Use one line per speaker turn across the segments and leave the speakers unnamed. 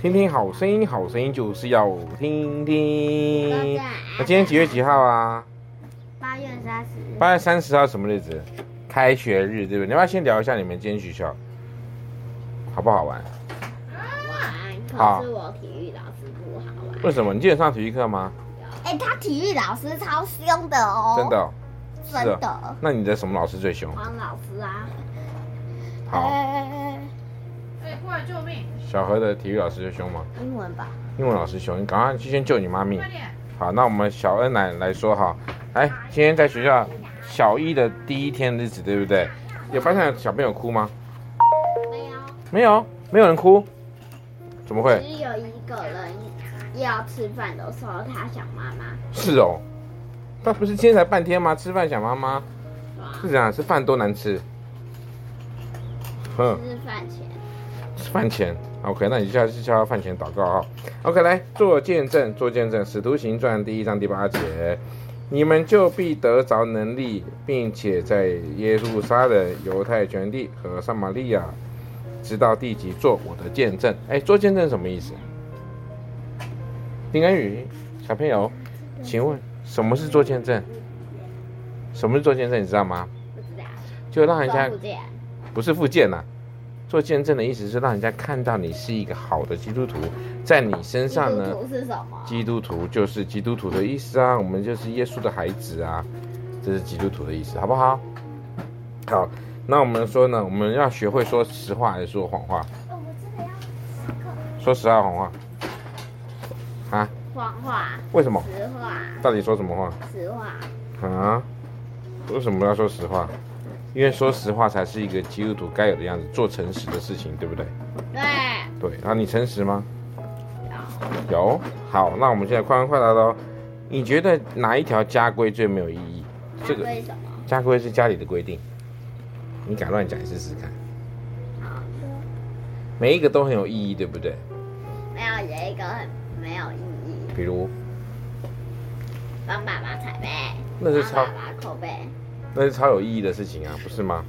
听听好声音，好声音就是要听听
对啊。
那今天几月几号啊？
八月三十日，
八月三十号什么日子？开学日，对不对？你要不要先聊一下你们今天学校好不好玩？
玩，
好
可是我体育老师不好欸玩。
为什么？你今天有上体育课吗？
哎、他体育老师超凶的哦，
真的哦、
真
是
的
哦。那你的什么老师最凶？
黄老师啊，
好，
哎
哎、过来救命！
小何的体育老师最凶吗？
哎英文吧，
英文老师凶，你赶快去先救你妈咪
快。点！
好，那我们小恩来来说哈，来，今天在学校小一的第一天日子，对不对？有发现小朋友哭吗？
没有，
没有，没有人哭，怎么会？
只有一个人要吃饭的时候，他想妈妈，
是哦，那不是今天才半天吗？吃饭想妈妈
是吧
是怎样？是饭多难吃？嗯哼，
吃饭前
吃饭前。OK，那你下次叫他饭前祷告啊、OK，来做见证，做见证，《使徒行传》第一章第八节，你们就必得着能力，并且在耶路撒冷、犹太全地和撒玛利亚，直到地极，做我的见证。哎，做见证什么意思？丁恩宇，小朋友，请问什么是做见证？什么是做见证？你知道吗？
不知道，
就让人家
做不见，
不是附件呐、做见证的意思是让人家看到你是一个好的基督徒，在你身上
基
呢
督，徒是什么？
基督徒就是基督徒的意思啊，我们就是耶稣的孩子啊，这是基督徒的意思，好不好？好，那我们说呢，我们要学会说实话还是说谎话？说实话，谎话啊？
谎话、
为什么？
实话、
到底说什么话？
实话，
啊？为什么要说实话？因为说实话才是一个基督徒该有的样子，做诚实的事情，对不对？对，
对，
那你诚实吗？有。好，那我们现在快问快答喽。你觉得哪一条家规最没有意义？这
他
个
为什么？
家规是家里的规定，你敢乱讲试试看。
好，
每一个都很有意义，对不对？
没有有一个很没有意义，
比如，
帮爸爸踩背，
那是超
帮爸爸扣背，
那是超有意义的事情啊，不是吗？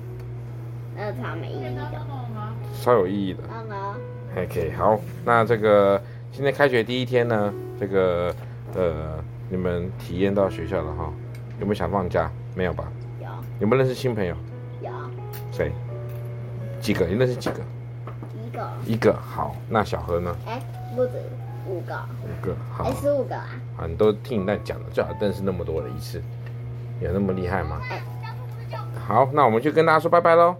那是超没意
可以
义
当那
的。
种吗？
超有意义的。
然后呢，
OK，好，那这个今天开学第一天呢，这个呃，你们体验到学校了哈？有没有想放假？没有吧？
有
有没有认识新朋友？
有
谁？几个？你认识几个？
一个，
一个好，那小何呢？
哎，不止五个，
五个好
哎，，十五个啊，
啊，你都听你在讲了，最好认识
哎
那么多人一次，有那么厉害吗？好，那我们就跟大家说拜拜喽。